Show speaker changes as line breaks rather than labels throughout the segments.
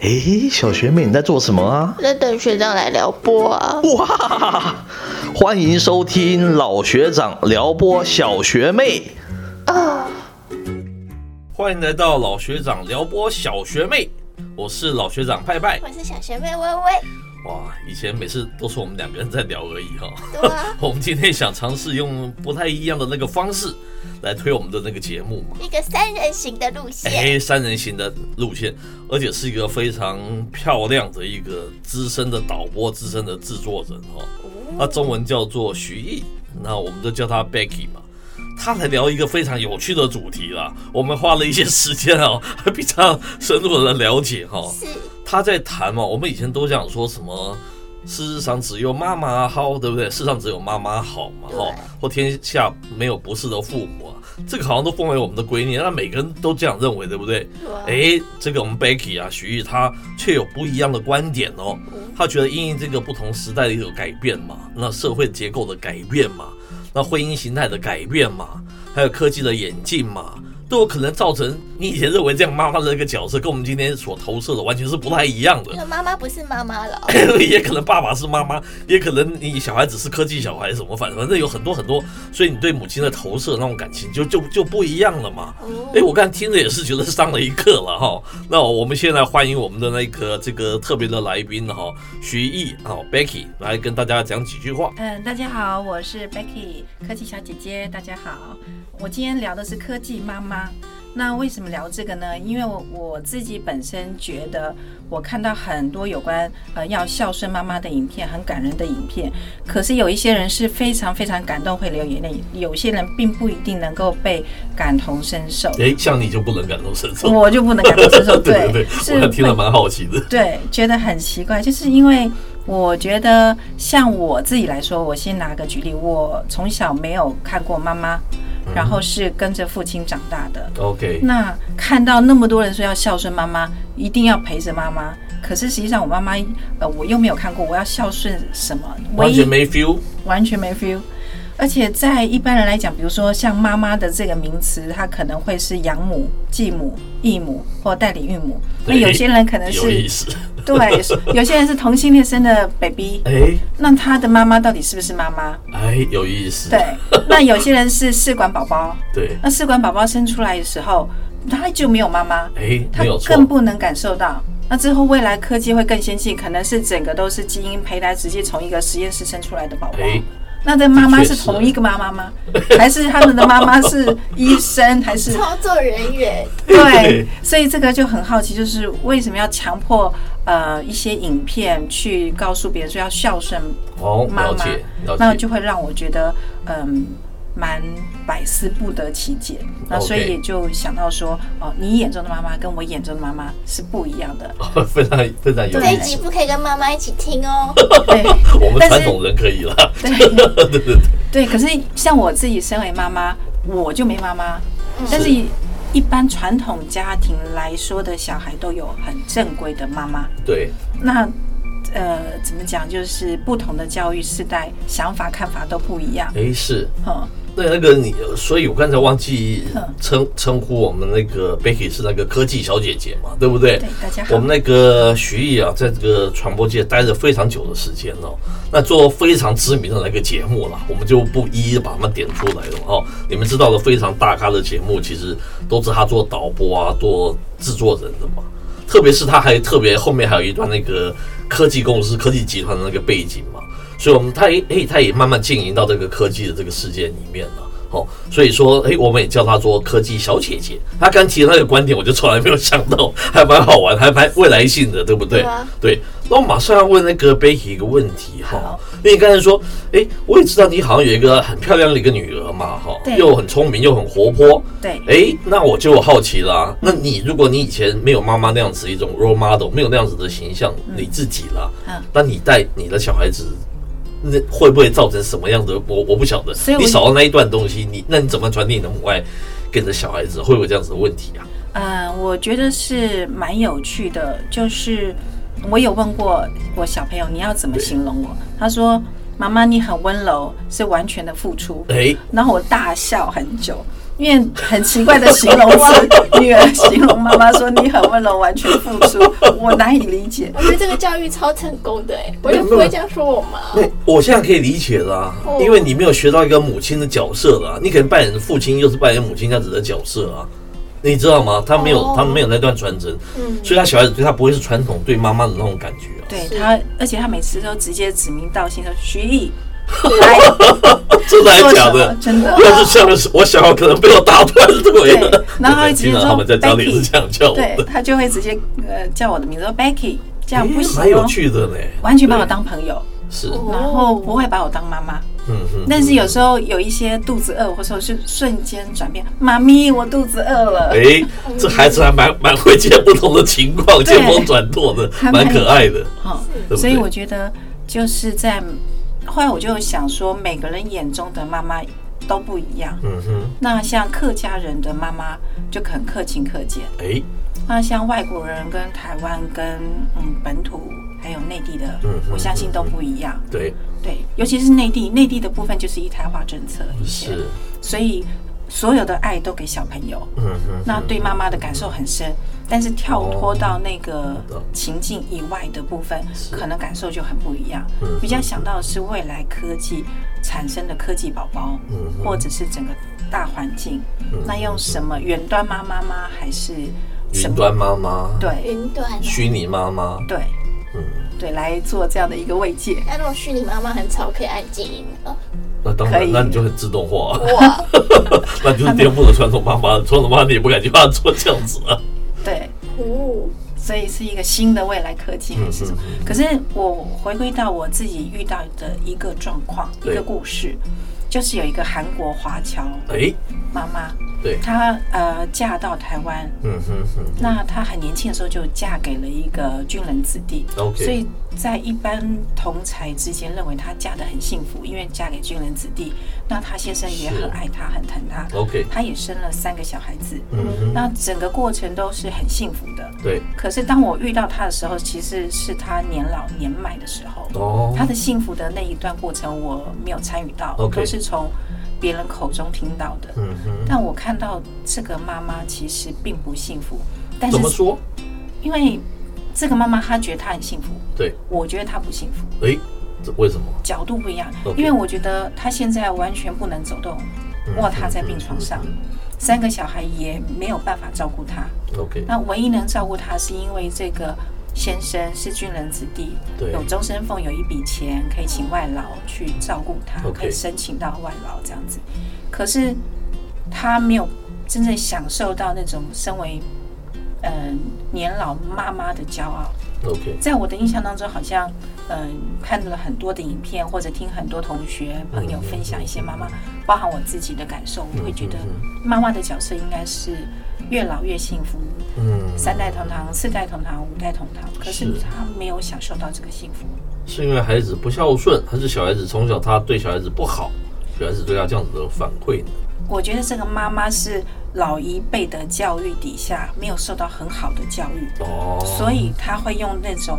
诶，小学妹你在做什么啊？
在等学长来撩拨啊！
哇，欢迎收听老学长撩拨小学妹。欢迎来到老学长撩拨小学妹，我是老学长派派。
我是小学妹微微，
哇，以前每次都是我们两个人在聊而已哈、
对啊
我们今天想尝试用不太一样的那个方式来推我们的那个节目嘛。
一个三人行的路线。
哎，三人行的路线，而且是一个非常漂亮的一个资深的导播、资深的制作人哈、哦。他中文叫做徐艺，那我们都叫他 Becky 嘛。他来聊一个非常有趣的主题啦，我们花了一些时间哦， 还比较深入的了解哦哈、
是
他在谈嘛，我们以前都讲说什么世上只有妈妈好，对不对？世上只有妈妈好嘛，
对
哈，或天下没有不是的父母啊，这个好像都奉为我们的圭臬，那每个人都这样认为，对不对？
对
诶，这个我们 Becky 啊，徐艺他却有不一样的观点哦。他觉得因应这个不同时代的一种改变嘛，那社会结构的改变嘛，那婚姻形态的改变嘛，还有科技的演进嘛，都有可能造成你以前认为这样妈妈的那个角色，跟我们今天所投射的完全是不太一样的
因。为妈妈不是妈妈了，
也可能爸爸是妈妈，也可能你小孩只是科技小孩什么，反反正有很多很多，所以你对母亲的投射那种感情就就就不一样了嘛。
哦
哎，我刚才听着也是觉得上了一课了哈。那我们现在欢迎我们的那个这个特别的来宾哈，徐艺啊，Becky 来跟大家讲几句话。
嗯，大家好，我是 Becky 科技小姐姐，大家好。我今天聊的是科技妈妈。那为什么聊这个呢？因为我我自己本身觉得，我看到很多有关呃要孝顺妈妈的影片，很感人的影片。可是有一些人是非常非常感动，会流眼泪；有些人并不一定能够被感同身受。
哎，像你就不能感同身受，
我就不能感同身 受，
对对
是
对，我还听了
会
蛮好奇的。
对，觉得很奇怪，就是因为我觉得像我自己来说，我先拿个举例，我从小没有看过妈妈，
嗯
然后是跟着父亲长大的。
OK，
那看到那么多人说要孝顺妈妈，一定要陪着妈妈，可是实际上我妈妈，呃，我又没有看过，我要孝顺什么？唯
完
一
全没 feel，
完全没 feel。而且在一般人来讲，比如说像妈妈的这个名词，它可能会是养母、继母、义母或代理孕母。那
对
有些人可能
有
是
意思。
对，是有些人是同性恋生的 baby，
哎
那他的妈妈到底是不是妈妈？
哎，有意思。
对，那有些人是试管宝宝，
对，
那试管宝宝生出来的时候，他就没有妈妈，
哎，
他
没有错
更。不能感受到。那之后未来科技会更先进，可能是整个都是基因胚胎直接从一个实验室生出来的宝宝。
哎，
那这妈妈
的确
是
是
同一个妈妈吗？还是他们的妈妈是医生？还是
操作人员
对，所以这个就很好奇，就是为什么要强迫呃一些影片去告诉别人说要孝顺
好，
妈
哦了
妈
解，了，
那
解。
就会让我觉得嗯蛮百思不得其解。那
OK
所以也就想到说，哦，你眼中的妈妈跟我眼中的妈妈是不一样 的。
非常非常有
这
意
一
思。
集不可以跟妈妈一起听哦。
对
我们
但是
传统人可以了，
对
对对对，
对，可是像我自己身为妈妈，我就没妈妈，但是一般传统家庭来说的小孩都有很正规的妈妈。
对，
那呃，怎么讲？就是不同的教育世代，想法看法都不一样。
哎是。
嗯，
对，那个你，所以我刚才忘记
嗯
称称呼我们那个 Becky 是那个科技小姐姐嘛，对不对？
对，大家
我
好
们。那个徐艺啊，在这个传播界待了非常久的时间哦，那做非常知名的那个节目啦，我们就不一一把他们点出来了哦。你们知道的非常大咖的节目，其实都是他做导播啊，做制作人的嘛。特别是他还特别后面还有一段那个科技公司、科技集团的那个背景嘛，所以我们他也诶，他也慢慢经营到这个科技的这个世界里面了。哦，所以说，诶，我们也叫她做科技小姐姐。她刚提的那个观点，我就从来没有想到，还蛮好玩，还蛮未来性的，对不对？
对啊
对。那我马上要问那个 Becky 一个问题哈
好，
因为你刚才说，诶，我也知道你好像有一个很漂亮的一个女儿嘛，哈，
对
又很聪明，又很活泼，
对，嗯
诶，那我就好奇啦、那你如果你以前没有妈妈那样子一种 role model，没有那样子的形象，你自己啦，
嗯
那你带你的小孩子，那会不会造成什么样的？我我不晓得
所以。我
你少了那一段东西，你那你怎么传递你的母爱给你的小孩子？会不会有这样子的问题啊？
呃，我觉得是蛮有趣的，就是我有问过我小朋友你要怎么形容我，他说妈妈你很温柔，是完全的付出。
诶，
然后我大笑很久，因为很奇怪的形容词，女儿形容妈妈说你很温柔，完全付出，我难以理解。
我觉得这个教育超成功的哎，我
没有
就不会这样说我
哦
妈。
那我现在可以理解了、啊
哦，
因为你没有学到一个母亲的角色了、啊，你可能扮演父亲又是扮演母亲这样子的角色啊，你知道吗？他没有
哦，
他没有那段传承，
嗯，
所以他小孩子对他不会是传统对妈妈的那种感觉啊，
对
是
他，而且他每次都直接指名道姓说徐艺
真的还
做
是假
什么
的，？
真的。
要是下面是我小孩可能被我打断腿了
对，然后他会直接
经常
说
啊他们在家里是
Becky
这样叫我
对
的，
他就会直接呃叫我的名字说 Becky，这样不
诶
行
哎蛮有
哦，
趣的呢，
完全把我当朋友，
是，
哦
然后不会把我当妈妈。
嗯嗯，
但是有时候有一些肚子饿，或者我是瞬间转变，妈咪，我肚子饿了。
哎，这孩子还蛮蛮会见不同的情况，
对
见风转舵的，
还蛮
蛮可爱的。
哈、
对不对
所以我觉得就是在后来我就想说，每个人眼中的妈妈都不一样。
嗯哼，
那像客家人的妈妈就很克勤克俭，
哎，
那像外国人跟台湾跟嗯本土还有内地的
嗯，
我相信都不一样。
对，
对，尤其是内地，内地的部分就是一胎化政策以前，
是，
所以所有的爱都给小朋友，
嗯哼，
那对妈妈的感受很深。但是跳脱到那个情境以外的部分，
是
可能感受就很不一样
嗯。
比较想到的是未来科技产生的科技宝宝，
嗯哼
或者是整个大环境，
嗯
那用什么远端妈妈吗？还是什
云
么？
端妈妈，，
对
云端啊，
虚拟妈妈，
对
嗯，
对，来做这样的一个慰藉。
那如果虚拟妈妈很吵，可以按静音啊。
那当
可
然
以，
那你就很自动 化，
哇，
那就是颠覆了传统妈妈，传统妈妈你也不敢去把它做这样子啊。
对，
哦，
所以是一个新的未来科技还是什么
嗯嗯？
可是我回归到我自己遇到的一个状况，一
对
个故事，就是有一个韩国华侨
哎，
妈妈，
对，
她呃嫁到台湾，
嗯哼哼，
那她很年轻的时候就嫁给了一个军人子弟
OK
所以在一般同才之间认为她嫁得很幸福，因为嫁给军人子弟，那她先生也
是
很爱她，很疼她，
，OK，
她也生了三个小孩子，
嗯哼，
那整个过程都是很幸福的。
对，
可是当我遇到他的时候，其实是他年老年迈的时候，
哦，
他的幸福的那一段过程我没有参与到，
OK
都是从别人口中听到的。
嗯哼，
但我看到这个妈妈其实并不幸福，但
怎么
是
说？
因为这个妈妈她觉得她很幸福，
对，
我觉得她不幸福，
哎，这为什么？
角度不一样。
OK
因为我觉得她现在完全不能走动，卧榻在病床上，三个小孩也没有办法照顾她。
，OK，
那唯一能照顾他，是因为这个先生是军人子弟，
对
有终身俸，有一笔钱可以请外劳去照顾他
OK
可以申请到外劳这样子。可是他没有真正享受到那种身为嗯、呃年老妈妈的骄傲。
，OK，
在我的印象当中，好像嗯、呃看了很多的影片，或者听很多同学朋友
嗯嗯
分享一些妈妈，包含我自己的感受，我会觉得
嗯
妈妈的角色应该是越老越幸福，
嗯，
三代同堂、四代同堂、五代同堂，可是
是
他没有享受到这个幸福。
是因为孩子不孝顺，还是小孩子从小他对小孩子不好，小孩子对他这样子的反馈呢？
我觉得这个妈妈是老一辈的教育底下没有受到很好的教育，
哦，
所以她会用那种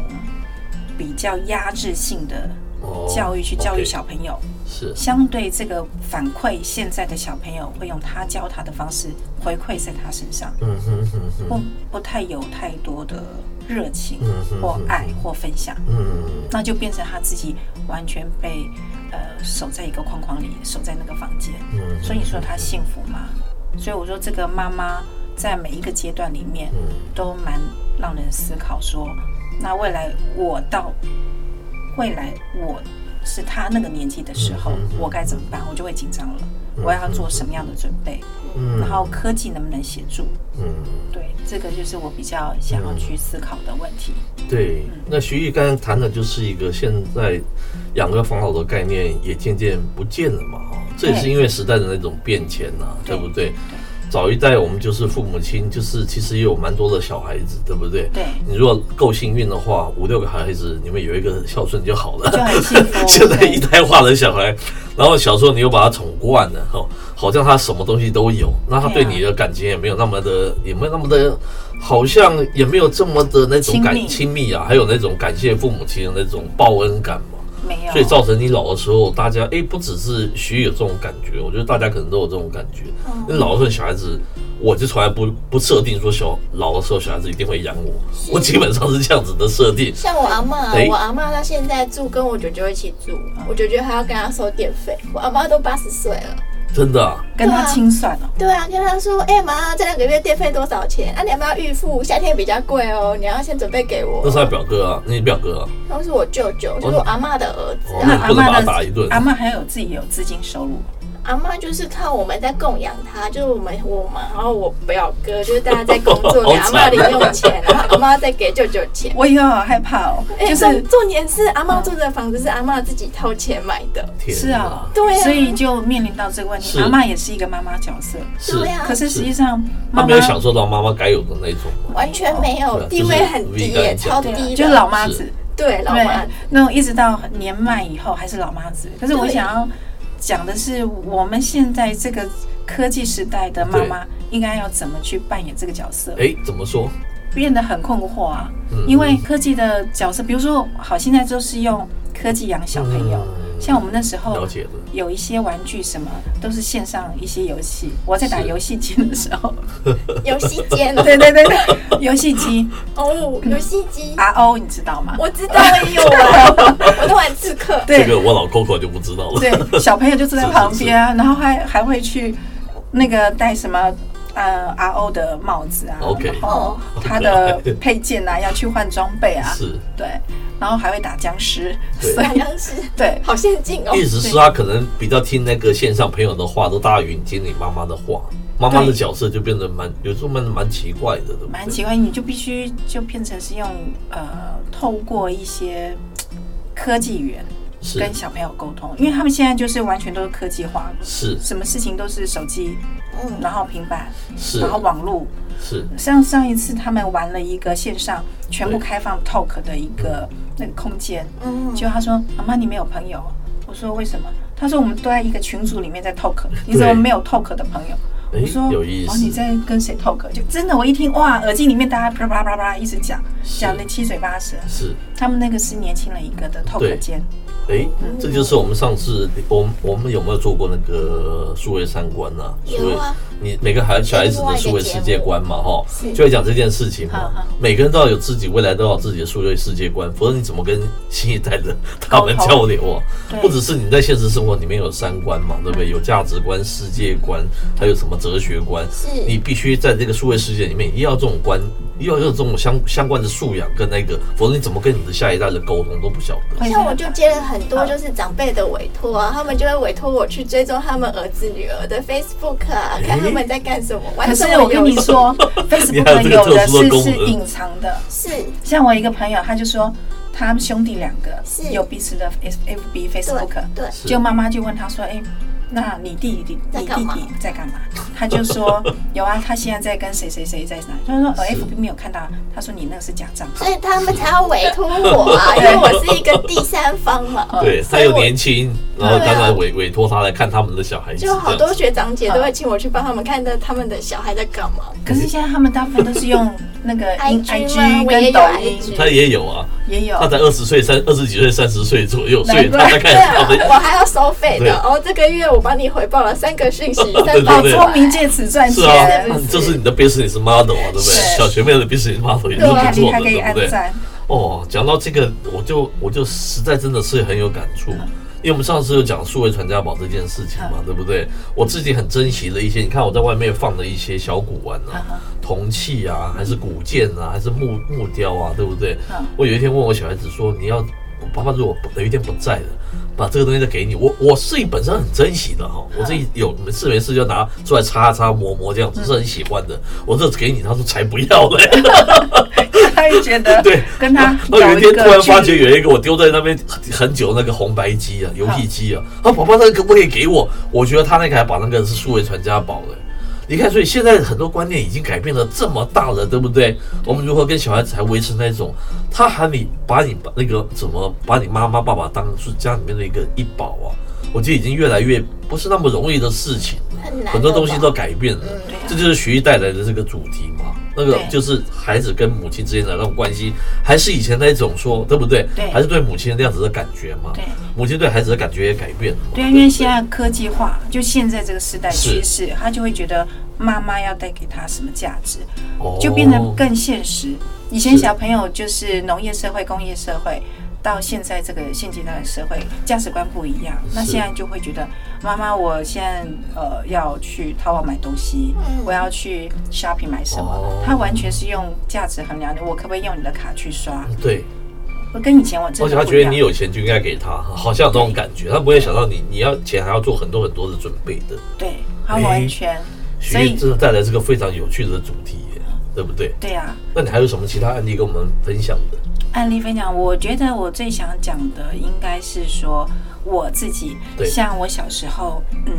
比较压制性的
哦
教育去教育
OK，
小朋友。
是
相对这个反馈，现在的小朋友会用他教他的方式回馈在他身上，
嗯哼哼哼，
不不太有太多的热情
嗯哼
或
哼
爱或分享。
嗯，
那就变成他自己完全被呃守在一个框框里，守在那个房间。
嗯
所以你说他幸福吗？所以我说这个妈妈在每一个阶段里面
嗯
都蛮让人思考说那未来我到未来我是他那个年纪的时候
嗯嗯，嗯
我该怎么办？我就会紧张了，
嗯
我要做什么样的准备？
嗯，
然后科技能不能协助？
嗯，
对，这个就是我比较想要去思考的问题。
对。那徐毅刚才谈的就是一个现在养儿防老的概念也渐渐不见了嘛，哦，这也是
对
因为时代的那种变迁呐、对
对
不对？早一代我们就是父母亲，就是其实也有蛮多的小孩子，对不对？
对，
你如果够幸运的话，五六个孩子，你们有一个孝顺就好了。
就很幸 福。
现在
哦对
一胎化的小孩，然后小时候你又把他宠惯了，哦，好像他什么东西都有，那他对
对啊
你的感情也没有那么的，也没有那么的，好像也没有这么的那种
亲
感
密
亲密啊，还有那种感谢父母亲的那种报恩感嘛。
没有，
所以造成你老的时候，大家哎、不只是徐有这种感觉，我觉得大家可能都有这种感觉。
嗯
那、老的时候小孩子，我就从来不不设定说小老的时候小孩子一定会养我，我基本上是这样子的设定。
像我阿妈
哎，
我阿妈到现在住跟我舅舅一起住，我舅舅还要跟她收电费。我阿妈都八十岁了，
真的、啊，
跟他
对啊
清算哦。
对啊，跟她说，哎、妈，这两个月电费多少钱？啊，你要不要预付？夏天比较贵哦，你要先准备给我
那。是他表哥啊，你表哥啊，
他是我舅
哦
舅，就是我阿妈的儿子
哦
啊。
那你不能把他
的
打一顿
阿妈还有自己有资金收入，
阿妈就是靠我们在供养她，就是我们我妈，然后我表哥，就是大家在工 作
好
给
惨
阿妈零用钱，然后阿妈再给舅舅钱。
我也好害怕哦，
哎、
就是、
重重点是阿妈住的房子是阿妈自己掏钱买的，
天
是啊
哪，
对啊
所以就面临到这个问题。
是
阿妈也是一个妈妈角色，
是，
对啊
可是实际上
他
妈妈
没有享受到妈妈该有的那种嘛。
完全没有，
哦
对啊
地位很低
就是
耶，超
对啊
低的，
就是老妈子，
对老
对
妈，，
那种一直到年迈以后还是老妈子。可是我
对
想要讲的是，我们现在这个科技时代的妈妈应该要怎么去扮演这个角色，
哎，怎么说？
变得很困惑啊。
嗯
因为科技的角色，比如说，好，现在都是用科技养小朋友，
嗯
像我们那时候
了解的，
有一些玩具什么都是线上一些游戏，我在打
是
游戏机的时候，
游戏间
对对对对，游戏机
哦，游戏机，
RO 你知道吗？
我知道我也有 玩，我都玩刺客，
这
对
个我老 Coco 就不知道了。
对，小朋友就坐在旁边啊，然后还还会去那个戴什么。呃，RO 的帽子啊
OK
然后他的配件啊，要去换装备啊，
是，
对，然后还会打僵尸，
对
所
好
以
像是，
对，
好先进哦，
意思是他可能比较听那个线上朋友的话，都大于你听你妈妈的话。妈妈的
对
角色就变得蛮，有时候蛮蛮奇怪的，对不对？
蛮奇怪，你就必须就变成是用呃，透过一些科技语言
是
跟小朋友沟通，因为他们现在就是完全都是科技化，
是
什么事情都是手机，
嗯，
然后平板，
是
然后网络。
是，
像上一次他们玩了一个线上全部
对
开放 Talk 的一个那个空间，
嗯，
结果他说：“妈妈，你没有朋友。”我说：“为什么？”他说：“我们都在一个群组里面在 Talk，你怎么没有 Talk 的朋友？”
哎
我说：“
有意
哦，你
思，
在跟谁 talk？就真的，我一听哇，耳机里面大家啪啦啪啦啪啦啪啦一直讲，
是
讲的七嘴八舌。
是
他们那个是年轻人一个的 talk
对
间，
哎，这就是我们上次我们我们有没有做过那个数位三观呢？数位
有啊，
你每个孩小孩子的数位世界观嘛，哈，就会讲这件事情
好
嘛
好。
每个人都要有自己未来都要有自己的数位世界观，否则你怎么跟新一代的他
沟
们
通
交流啊？
对
不只是你在现实生活里面有三观嘛，对不对？有价值观、世界观，还有什么哲学观？
是
你必须在这个数位世界里面，也要这种观，要有这种相相关的素养跟那个，否则你怎么跟你的下一代的沟通都不晓得。
会
像我就接了很多就是长辈的委托啊，他们就会委托我去追踪他们儿子女儿的 Facebook 啊，看他们在干什么，
可
玩
是
什么游
我
戏。
跟你说
你还有
，Facebook
这个
有的
特殊的
是
功
是
能
隐藏的。
是
像我一个朋友，他就说他们兄弟两个
是
有彼此的 F F B
对
Facebook，
对，
是
就妈妈就问他说：“哎、那你弟弟
在
你
干
弟
嘛
弟在干嘛？”他就说：“有啊，他现在在跟谁谁谁在哪。”他说：“呃
是
，FB 没有看到。”他说：“你那个是假账号。”
所以他们才要委托我啊，因为我是一个第三方嘛。
对他
哦所以
又
我
年轻，然后
对
当
啊
然委委托他来看他们的小孩子，
就好
这样
多学长姐都会请我去帮他们看到他们的小孩在干嘛。
可是现在他们大部分都是用那 个
IG 吗
IG
我也
跟
有
抖音
IG
他也有啊，
也有
他，才二十岁、三二十几岁、三十岁左右，所以
难
他
怪
大
对
概他
啊
们，
我还要收费
哦对
的。哦，这个月我帮你回报了三个讯息，
对
三
对
报
对
出
哦聪
来
明借此赚
是
钱。
啊
是不，是
这是你的 business model 啊，对不对？
是
小学妹的 business model 也是
对啊
不错的，
厉害厉害，可以
对不
按
对？
赞。
哦，讲到这个，我就我就实在真的是很有感触，
嗯
因为我们上次有讲数位传家宝这件事情嘛，对不对？我自己很珍惜的一些，你看我在外面放的一些小古玩啊
嗯、
铜器啊，还是古剑啊，还是木木雕啊，对不对
嗯？
我有一天问我小孩子说，你要我爸爸如果不有一天不在了。
嗯
把这个东西再给你，我我自己本身很珍惜的哈，我自己有没事没事就拿出来擦擦磨磨这样子是很喜欢的。
嗯
我这给你，他说才不要嘞，
他也觉得
对
跟他
那哦有一
有
天
一
突然
个距
发觉
离。
有一个我丢在那边很久那个红白机啊，游戏机啊，啊，宝宝那个可不可以给我？我觉得他那个还把那个是数位传家宝的。你看，所以现在很多观念已经改变了这么大了，对不对？
嗯
我们如何跟小孩子还维持那种，他喊你把你把那个怎么把你妈妈爸爸当是家里面的一个一宝啊？我觉得已经越来越不是那么容易的事情了。
很难。
很多东西都改变了，这就是徐艺带来的这个主题嘛。那个
对
就是孩子跟母亲之间的那种关系，还是以前那种说对不对？
对
还是对母亲那样子的感觉嘛。
对
母亲对孩子的感觉也改变了嘛。
对啊，因为现在科技化，就现在这个时代趋势，他就会觉得妈妈要带给他什么价值，
哦
就变得更现实。以前
是
小朋友就是农业社会、工业社会，到现在这个现阶段的社会价值观不一样，那
是
现在就会觉得妈妈，我现在呃要去淘宝买东西，
嗯
我要去 shopping 买什
哦
么，他完全是用价值衡量的，我可不可以用你的卡去刷？
对，
我跟以前我真
而且
的
他
不一
觉得
样
你。有钱就应该给他，好像有这种感觉，他不会想到你你要钱还要做很多很多的准备的。
对，他
哎
完全，
所
所
以
以
这带来是个非常有趣的主题耶，对不对？
对啊。
那你还有什么其他案例跟我们分享的？
案例分享，我觉得我最想讲的应该是说我自己
对，
像我小时候，嗯，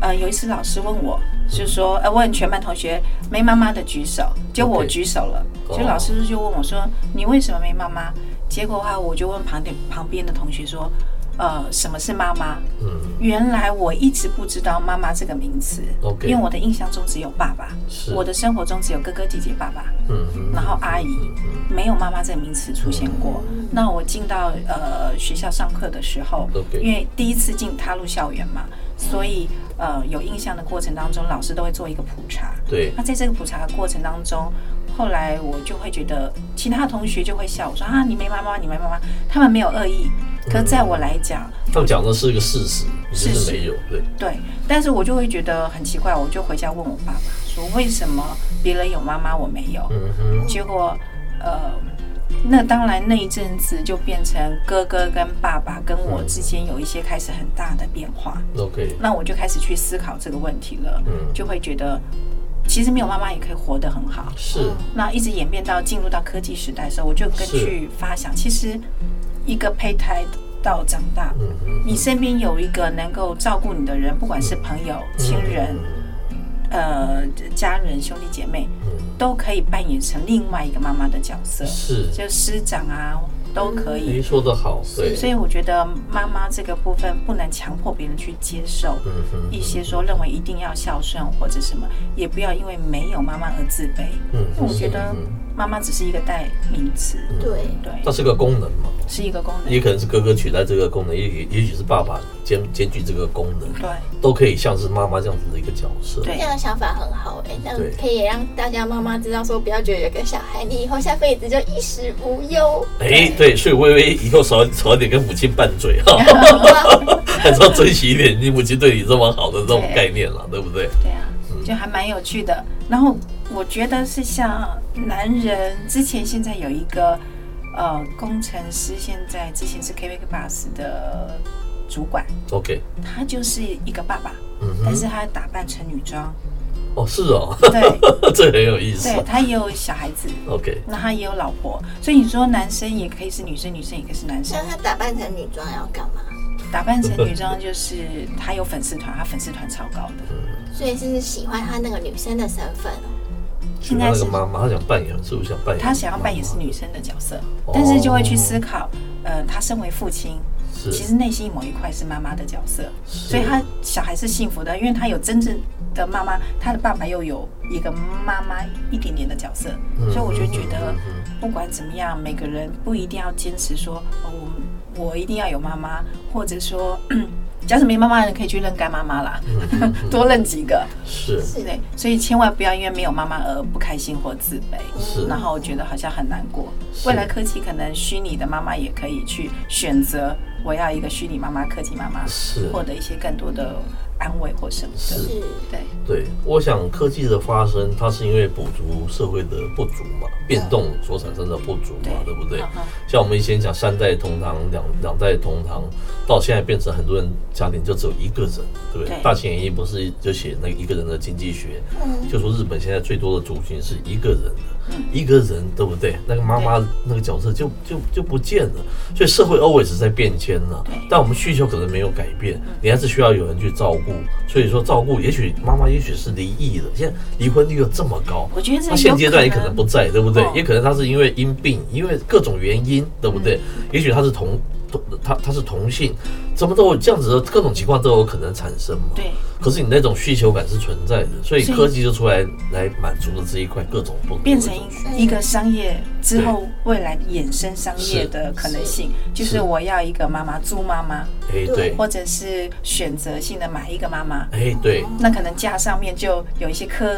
呃，有一次老师问我，是说，呃，问全班同学没妈妈的举手，就我
OK
举手了，
哦
就老师就问我说，你为什么没妈妈？结果的话，我就问旁边旁边的同学说，呃，什么是妈妈？
嗯，
原来我一直不知道妈妈这个名词
OK
因为我的印象中只有爸爸，
是
我的生活中只有哥哥姐姐爸爸。
嗯
然后阿姨没有妈妈这个名词出现过。那我进到呃学校上课的时候
OK
因为第一次进踏入校园嘛，所以呃有印象的过程当中，老师都会做一个普查。
对
那在这个普查的过程当中，后来我就会觉得其他同学就会笑我说啊你没妈妈，你没妈妈，他们没有恶意。可在我来讲，
他们讲的是一个事实，你就
事
是
实
没有对。
对，但是我就会觉得很奇怪，我就回家问我爸爸说为什么别人有妈妈我没有？
嗯哼，
结果，呃，那当然那一阵子就变成哥哥跟爸爸跟我之间有一些开始很大的变化，
，OK，
那我就开始去思考这个问题了，
嗯
就会觉得其实没有妈妈也可以活得很好。
是
那一直演变到进入到科技时代的时候，我就跟
是
去发想，其实一个胚胎到长大，
嗯哼，
你身边有一个能够照顾你的人，不管是朋友、
嗯
亲人、呃家人、兄弟姐妹，都可以扮演成另外一个妈妈的角色，
嗯是，
就师长啊都可
你
以。
说的好，对，
所以我觉得妈妈这个部分不能强迫别人去接受
嗯哼，
一些说认为一定要孝顺或者什么，也不要因为没有妈妈而自卑。
嗯嗯
因为我觉得妈妈只是一个代名词，
对，
对，
它是个功能嘛，
是一个功能
也。可能是哥哥取代这个功能，也许也许是爸爸兼兼具这个功能，
对，
都可以像是妈妈这样子的一个角色。
对
这样的想法很好哎、这样
对
可以让大家妈妈知道说，不要觉得有个小孩，你以后下辈子就衣食无 忧。
哎，对，所以微微以后少少点跟母亲拌嘴 哈，还是要珍惜一点你母亲对你这么好的这种
对
概念了，对不对？
对啊，
嗯
就还蛮有趣的。然后我觉得是像男人之前现在有一个呃工程师，现在之前是 KVK Bus 的主管，
OK，
他就是一个爸爸，
嗯
但
哼，
是他打扮成女装，
哦，是哦，
对
这很有意思。
对，他也有小孩子。
OK，
那他也有老婆，所以你说男生也可以是女生，女生也可以是男生
像。她打扮成女装要干嘛？
打扮成女装就是他有粉丝团，他粉丝团超高的。
所以是喜欢她那个女生的身份哦。
喜欢那个妈妈，她想扮演，是不是想扮演？
他想要扮演是女生的角色，但是就会去思考，呃，他身为父亲，
是，
其实内心某一块是妈妈的角色，
是
所以他小孩是幸福的，因为他有真正的妈妈，他的爸爸又有一个妈妈一点点的角色，
嗯
所以我就觉
嗯
得
嗯嗯
不管怎么样，每个人不一定要坚持说哦，我我一定要有妈妈，或者说。 假使没妈妈的人可以去认干妈妈啦，
嗯
多认几个，
是
是
对，所以千万不要因为没有妈妈而不开心或自卑。
是
然后觉得好像很难过。
是
未来科技可能虚拟的妈妈也可以去选择，我要一个虚拟妈妈、科技妈妈，
是
获得一些更多的安慰或什么
是
的。
是，
对，
对，我想科技的发生，它是因为补足社会的不足嘛，变动所产生的不足嘛，
对
对不对
嗯哼？
像我们以前讲三代同堂、两两代同堂，到现在变成很多人家庭就只有一个人，对不对？
对
大前研不是就写那个一个人的经济学，
嗯，
就说日本现在最多的族群是一个人
嗯
的，一个人对不对？那个妈妈那个角色就就就不见了，所以社会 always 在变迁呢
对。嗯
但我们需求可能没有改变，你还是需要有人去照顾。所以说照顾，也许妈妈也许是离异了，现在离婚率又这么高，
我觉得这
那现阶段也
有
可能不在，对不对
哦？嗯
也可能他是因为因病，因为各种原因，对不对？也许他是同同他他是同性，怎么都有这样子的各种情况都有可能产生嘛。
对，
可是你那种需求感是存在的，所以
所以
科技就出来来满足了这一块各种不同的
变成
这种需
一个商业之后，未来衍生商业的可能性，就是我要一个妈妈租妈妈，
哎对，
或者是选择性的买一个妈妈，
哎对，
那可能架上面就有一些科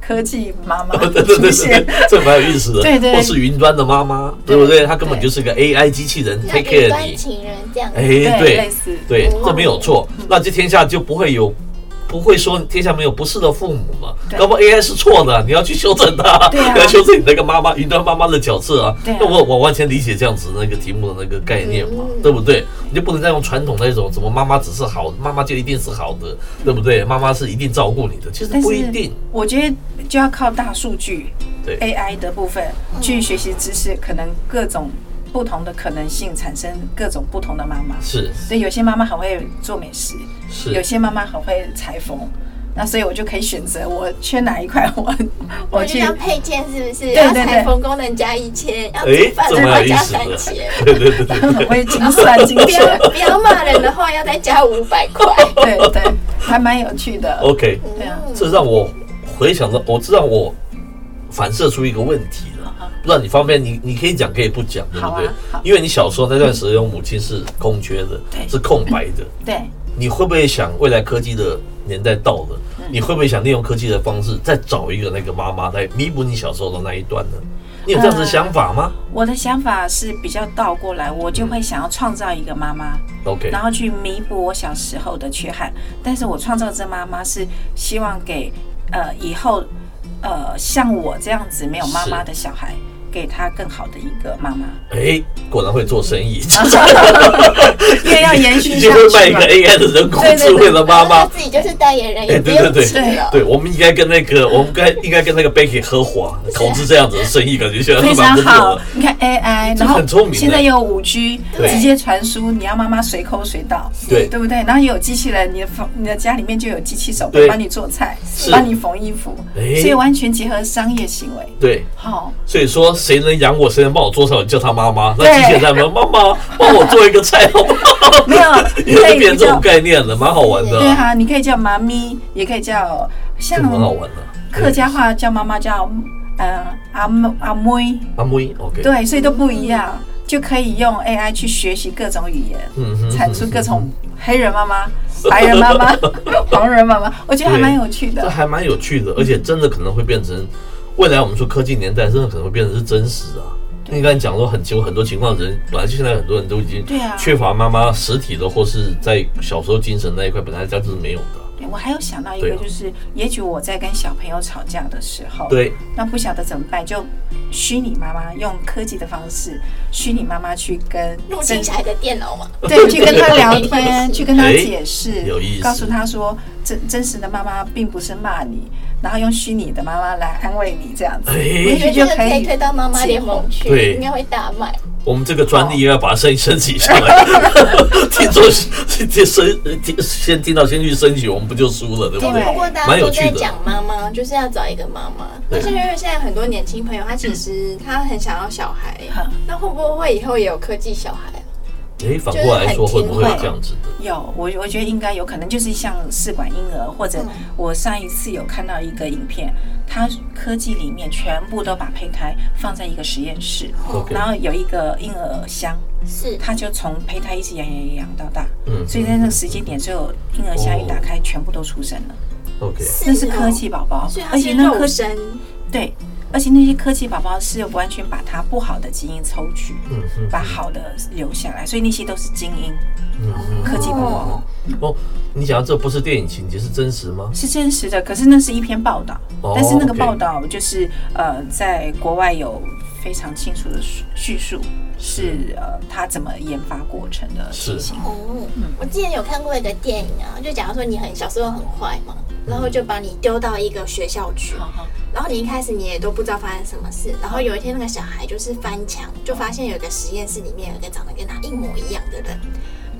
科技妈妈
对对
出
对
现
对。， 这蛮有意思的。
对对
或是云端的妈妈，对不对？她根本就是个 AI 机器人
像
take care
云
你
端。情人这样子。
哎，
对，类似，
对
哦，
这没有错。
嗯
那这天下就不会有，不会说天下没有不是的父母嘛？
对
搞不好 AI 是错的，你要去修正它，
对啊
你要修正你那个妈妈云端妈妈的角色啊。
对啊
那我我完全理解这样子那个题目的那个概念嘛，
嗯
对不对？你就不能再用传统那种什么妈妈只是好，妈妈就一定是好的，对不对？妈妈是一定照顾你的，其实
但
不一
是
定。
我觉得就要靠大数据
对
AI 的部分去学习知识，可能各种不同的可能性产生各种不同的妈妈。
是
所以有些妈妈很会做美食，有
是，
些妈妈很会裁缝，那所以我就可以选择我缺哪一块，我我
我就
去
像配件是不是？
对
要
对对
裁缝工人加一千，要
哎
煮饭
这
的
蛮
话
有意
加
思
三
的
千。
对对 对对
很会精算精
不要
算，
不要骂人的话，要再加五百块。
对对，还蛮有趣的。
，OK。
对啊
嗯
这让我回想到，我知道我反射出一个问题了，不知道你方便，你你可以讲，可以不讲，对
好
不
啊
对
好？
因为你小时候那段时间，母亲是空缺的，
对
是空白的。
对，
你会不会想，未来科技的年代到了，
嗯
你会不会想利用科技的方式，再找一个那个妈妈来弥补你小时候的那一段呢？你有这样子的想法吗
我的想法是比较倒过来，我就会想要创造一个妈妈，
？OK，
然后去弥补我小时候的缺憾。但是我创造这妈妈是希望给呃以后呃像我这样子没有妈妈的小孩，给他更好的一个妈 妈，
哎，果然会做生意，
因为要延 续
你
下
就会卖
去
一
嘛
个。AI 的人工
对对对
智慧的妈妈
嗯他。自己就是代言人，
哎
也不
对
用
对对
请了。
对，我们应该跟那个， 我们该应该跟那个 Becky 合伙投资这样子的生意，感觉现在
非
是蛮
常
不错
好
的。，
你看 AI，
这
然后
很聪明
现在
的
有五 G，
对
直接传输，你要妈妈随口随到，
对
对不对？然后也有机器人，你的房你的家里面就有机器手
对
帮你做菜
是，
帮你缝衣服，
哎
所以完全结合商业行为。
对，
好，
所以说谁能养我，谁能帮我做菜，我就叫他妈妈。那
对
机器人在 说妈妈帮我做一个菜好不好？
没有
也是变这
叫
种概念了，蛮好玩的
对
啊，
哈、你可以叫妈咪，也可以叫像
这蛮好玩的。
客家话叫妈妈叫呃阿妹阿妹，
嗯阿妹，OK，，
对，所以都不一样，就可以用 AI 去学习各种语言。
嗯哼
产出各种黑人妈 妈、白人妈妈、黄人妈妈，我觉得还蛮有趣
这
的。
还蛮有趣的，而且真的可能会变成未来我们说科技年代，真的可能会变成是真实啊。你刚才讲说很情很多情况，人本来就现在很多人都已经
对啊
缺乏妈妈实体的，或是在小时候精神那一块本来家就是没有的。
对我还有想到一
对
个，
啊
就是也许我在跟小朋友吵架的时候，，
对，
那不晓得怎么办，就虚拟妈妈用科技的方式，虚拟妈妈去跟
入侵小孩的电脑嘛，
对，去跟他聊
哎
天，去跟他解释，
哎有意思
告诉他说真真实的妈妈并不是骂你，然后用虚拟的妈妈来安慰你这样子，
哎
也
我觉
许
得
就
这个
可
可以
以
推到妈妈联盟
对
去，应该会大卖。
我们这个专利又要把它申申请下 来，听说先申听先听到先去申请，我们不就输了，对不
对
不
对？
过大
蛮
家
有
都
趣
在
的
讲妈妈，就是要找一个妈妈。
对
但是因为现在很多年轻朋友，他其实他很想要小孩
嗯，
那会不会以后也有科技小孩啊？
哎，反过来说会不会有这样子的？
有，我我觉得应该有可能，就是像试管婴儿，或者
嗯
我上一次有看到一个影片，它科技里面全部都把胚胎放在一个实验室
OK
然后有一个婴儿箱，
是
它就从胚胎一直养养养养到大，
嗯
所以在那个时间点，所有婴儿箱一打开，全部都出生了，
，OK，
那是科技，宝宝
哦所以，他
而
是啊
且那个科
肉
技
身，
对，而且那些科技宝宝是完全把它不好的基因抽取，
嗯嗯
把好的留下来，所以那些都是精英
嗯嗯。
科技宝宝。
哦，你讲这不是电影情节，是真实吗？
是真实的，可是那是一篇报道，
哦
但是那个
OK
报道就是呃，在国外有非常清楚的叙叙述，是呃他怎么研发过程的情形。
哦，我之前有看过一个电影啊，就假如说你很小时候很坏嘛，然后就把你丢到一个学校去，
好好
然后你一开始你也都不知道发生什么事，然后有一天那个小孩就是翻墙，就发现有个实验室里面有一个长得跟他一模一样的人，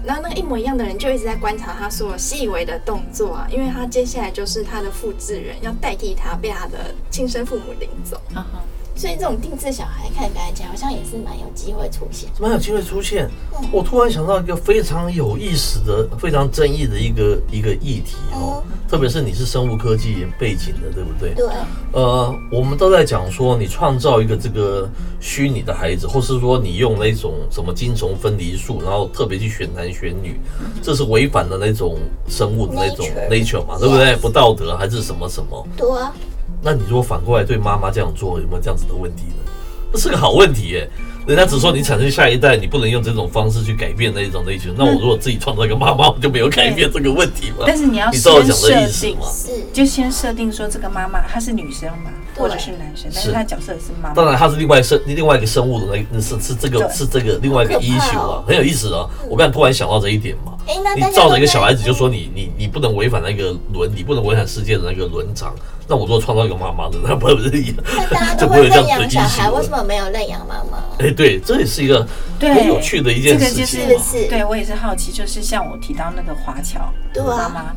然后那个一模一样的人就一直在观察他所有细微的动作啊，因为他接下来就是他的复制人要代替他被他的亲生父母领走，
好好
所以这种定制小孩看表演起来好像也是蛮有机会出现。
蛮有机会出现。我突然想到一个非常有意思的、非常争议的一个一个议题哦，特别是你是生物科技背景的，对不对？
对，
呃，我们都在讲说，你创造一个这个虚拟的孩子，或是说你用那种什么精虫分离术，然后特别去选男选女，这是违反了那种生物的那种 nature 嘛，对不对？不道德还是什么什么？
对啊，
那你如果反过来对妈妈这样做，有没有这样子的问题呢？这是个好问题耶、人家只说你产生下一代，你不能用这种方式去改变那一种类型。
嗯
那我如果自己创造一个妈妈，我就没有改变这个问题 嘛？
但是你要
你知道我
先
讲的
设
意思
定
吗？
是
就先设定说这个妈妈她是女生嘛，
对
或者是男生，但
是
是她角色是妈
当
妈。
然，它是另外生另外一个生物的那是是这个
对
是这个另外一个
好可怕
issue 啊
哦，
很有意思啊。我刚才突然想到这一点嘛，
哎，那
你
大家
照着一个
都在
小孩子就
嗯
说你你你不能违反那个伦理，不能违反世界的那个伦常。那我如果创造一个妈妈的，那不是一样？
那大家
就
都
不会有
会
这
认
样子
养
的
小孩，
issue
为
了
什么没有认养妈妈？
哎，对，这也是一个
对，
很有趣的一件
这个
事
就
情
是
啊。
是不是？
对我也是好奇，就是像我提到那个华侨
对
妈
啊，
妈，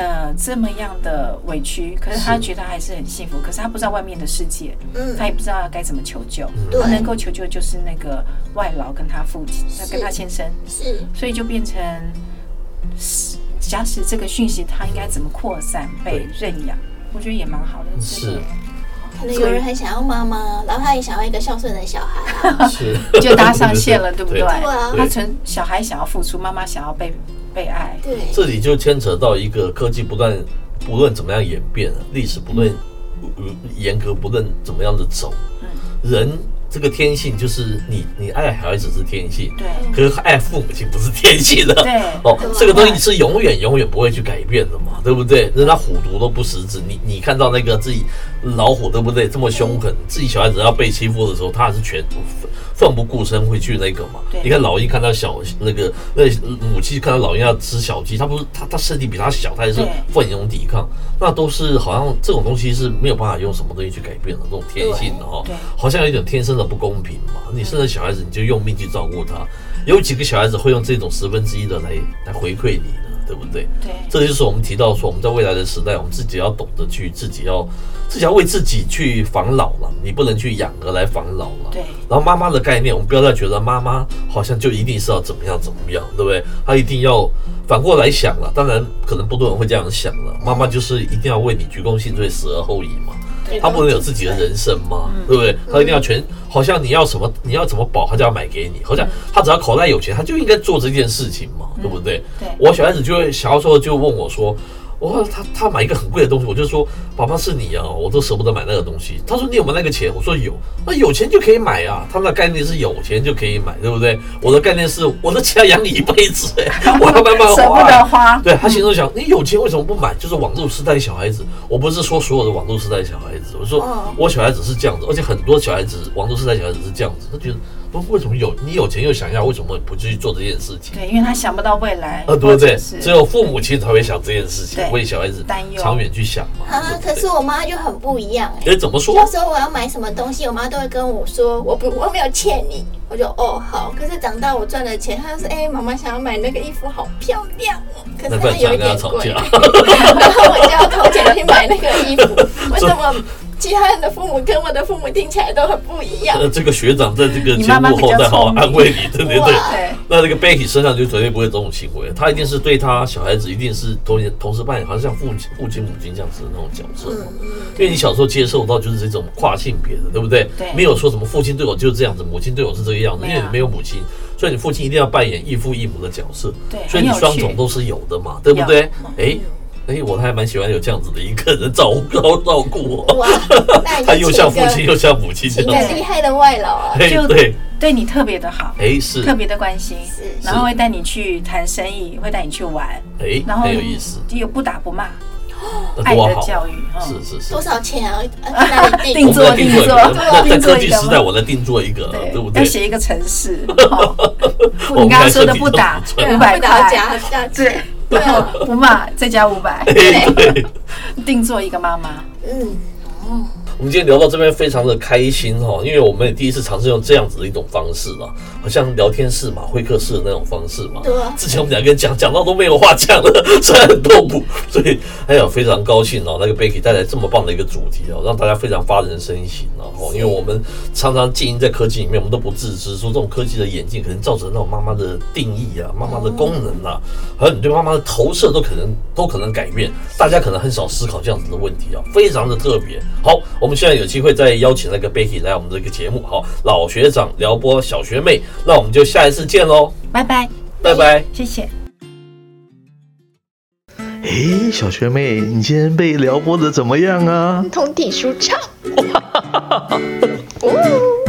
呃，这么样的委屈，可是她
是
觉得她还是很幸福，可是她不知道外面的世界，
嗯
她，也不知道该怎么求救，
对
她能够求救就是那个外劳跟她父亲，她
是
跟她先生，
是
所以就变成是假使这个讯息它应该怎么扩散被认养，我觉得也蛮好的。
是
可能有人很想要妈妈，然后他也想要一个孝顺的小孩 啊。
是，
就搭上线了，对不对？
啊
对
他从小孩想要付出，妈妈想要被被爱，
对，
这里就牵扯到一个科技不断不论怎么样演变，啊历史不论
嗯
呃严格不论怎么样的走，人这个天性就是你你爱孩子是天性，
对
可是爱父母亲不是天性的。
对
哦，这个东西是永远永远不会去改变的嘛，对不对？人家虎毒都不食子，你你看到那个自己老虎对不对？这么凶狠，自己小孩子要被欺负的时候，他还是全奋奋不顾身会去那个嘛
对。
你看老鹰看到小那个那母鸡看到老鹰要吃小鸡，它不是它它身体比它小，它也是
对
奋勇抵抗。那都是好像这种东西是没有办法用什么东西去改变的，这种天性的哈、哦
对对，
好像有一种天生的不公平嘛。你生了小孩子，你就用命去照顾他，有几个小孩子会用这种十分之一的来来回馈你呢？对不对？
对
这就是我们提到说，我们在未来的时代，我们自己要懂得去自己要自己要为自己去防老了，你不能去养儿来防老了。
对
然后妈妈的概念，我们不要再觉得妈妈好像就一定是要怎么样怎么样，对不对？她一定要反过来想了。当然，可能不多人会这样想了。妈妈就是一定要为你鞠躬尽瘁，死而后已嘛。
对
她不能有自己的人生嘛，
嗯
对不对？她一定要全，好像你要什么，你要怎么保，她就要买给你。
嗯
好像她只要口袋有钱，她就应该做这件事情嘛，对不对？
对
我小孩子就会小时候就问我说。我说他他买一个很贵的东西，我就说爸爸是你啊，我都舍不得买那个东西。他说你有没有那个钱？我说有，那有钱就可以买啊。他们的概念是有钱就可以买，对不对？我的概念是我的钱要养你一辈子、 哎，我要慢慢花、
舍不得花，
对他心中想，你有钱为什么不买？就是网络时代小孩子，我不是说所有的网络时代小孩子，我说
嗯
哦
我小孩子是这样子，而且很多小孩子网络时代小孩子是这样子，他觉得不为什么有你有钱又想要，为什么不去做这件事情？
对，因为他想不到未来，
呃，对不
或
对
者？是
只有父母亲才会想这件事情，
对
为小孩子
担忧
长远去想嘛。
啊，
对
可
不
是我妈就很不一样哎、
对，哎，怎么说
有？时候我要买什么东西，我妈都会跟我说，我不我没有欠你，我就哦好。可是长大我赚了钱，她就说，哎、妈妈想要买那个衣服好漂亮哦，可
那
是
不
它
然想
有一
跟他
点
吵
贵，
架
然，后我就要掏钱去买那个衣服。为什 么其他人的父母跟我的父母听起来都很不 一样？
呃，这个学长在这个
你
节
妈妈
目
比
后
较
再好好
聪明
安慰你，对对对
哇。
对
那这个 Becky 身上就绝对不会有这种行为，他一定是对他小孩子一定是同同时扮演，好像像父亲、父亲、母亲这样子的那种角色。因为你小时候接受到就是这种跨性别的，对不对？
嗯对啊
没有说什么父亲对我就是这样子，母亲对我是这个样子，
没
因
有
为你没有母亲，所以你父亲一定要扮演异父异母的角色。
对
所以你
很有
双
趣
种都是有的嘛，对不对？哎哎，我还蛮喜欢有这样子的一个人照顾照顾 我，
哇，那
他
你
又
就
像
请
父亲
一个
又像母亲这
请一
样
个
子。
厉害的外劳啊，
哎，
就
对，
对你特别的好，
哎是，
特别的关心，
是
然后会带你去谈生意，会带你去玩，
哎
然后
很有意思，
又不打不骂，
那
爱
多
的
好，
教育，嗯
是是是
多。少钱啊？ 啊那你定
我
定
们
做
来定做一个，那
定做
在
定做
科技
一个
时代，
吗
我来定做一个，对不对
要？写一个城 市，哦不你刚刚说的不打
我
五
们
百
不打
块，
假假期，
对，然后不骂再加五百，
哎 对，
定做一个妈妈，
嗯，
我们今天聊到这边非常的开心哈、哦，因为我们也第一次尝试用这样子的一种方式啦，好像聊天室嘛、会客室的那种方式嘛。
对啊
之前我们两个人讲讲到都没有话讲了，虽然很痛苦，所以哎呀非常高兴哦，那个 Becky 带来这么棒的一个主题哦，让大家非常发人深省哦。哦因为我们常常经营在科技里面，我们都不自知，说这种科技的眼镜可能造成那种妈妈的定义啊、妈妈
哦
的功能啊，还有你对妈妈的投射都可能都可能改变。大家可能很少思考这样子的问题哦，非常的特别。好，我们现在有机会再邀请那个 Becky 来我们这个节目，好，老学长撩拨小学妹，那我们就下一次见喽，
拜拜，
拜拜。
谢谢。
诶，小学妹，你今天被撩拨的怎么样啊？
通体舒畅。哦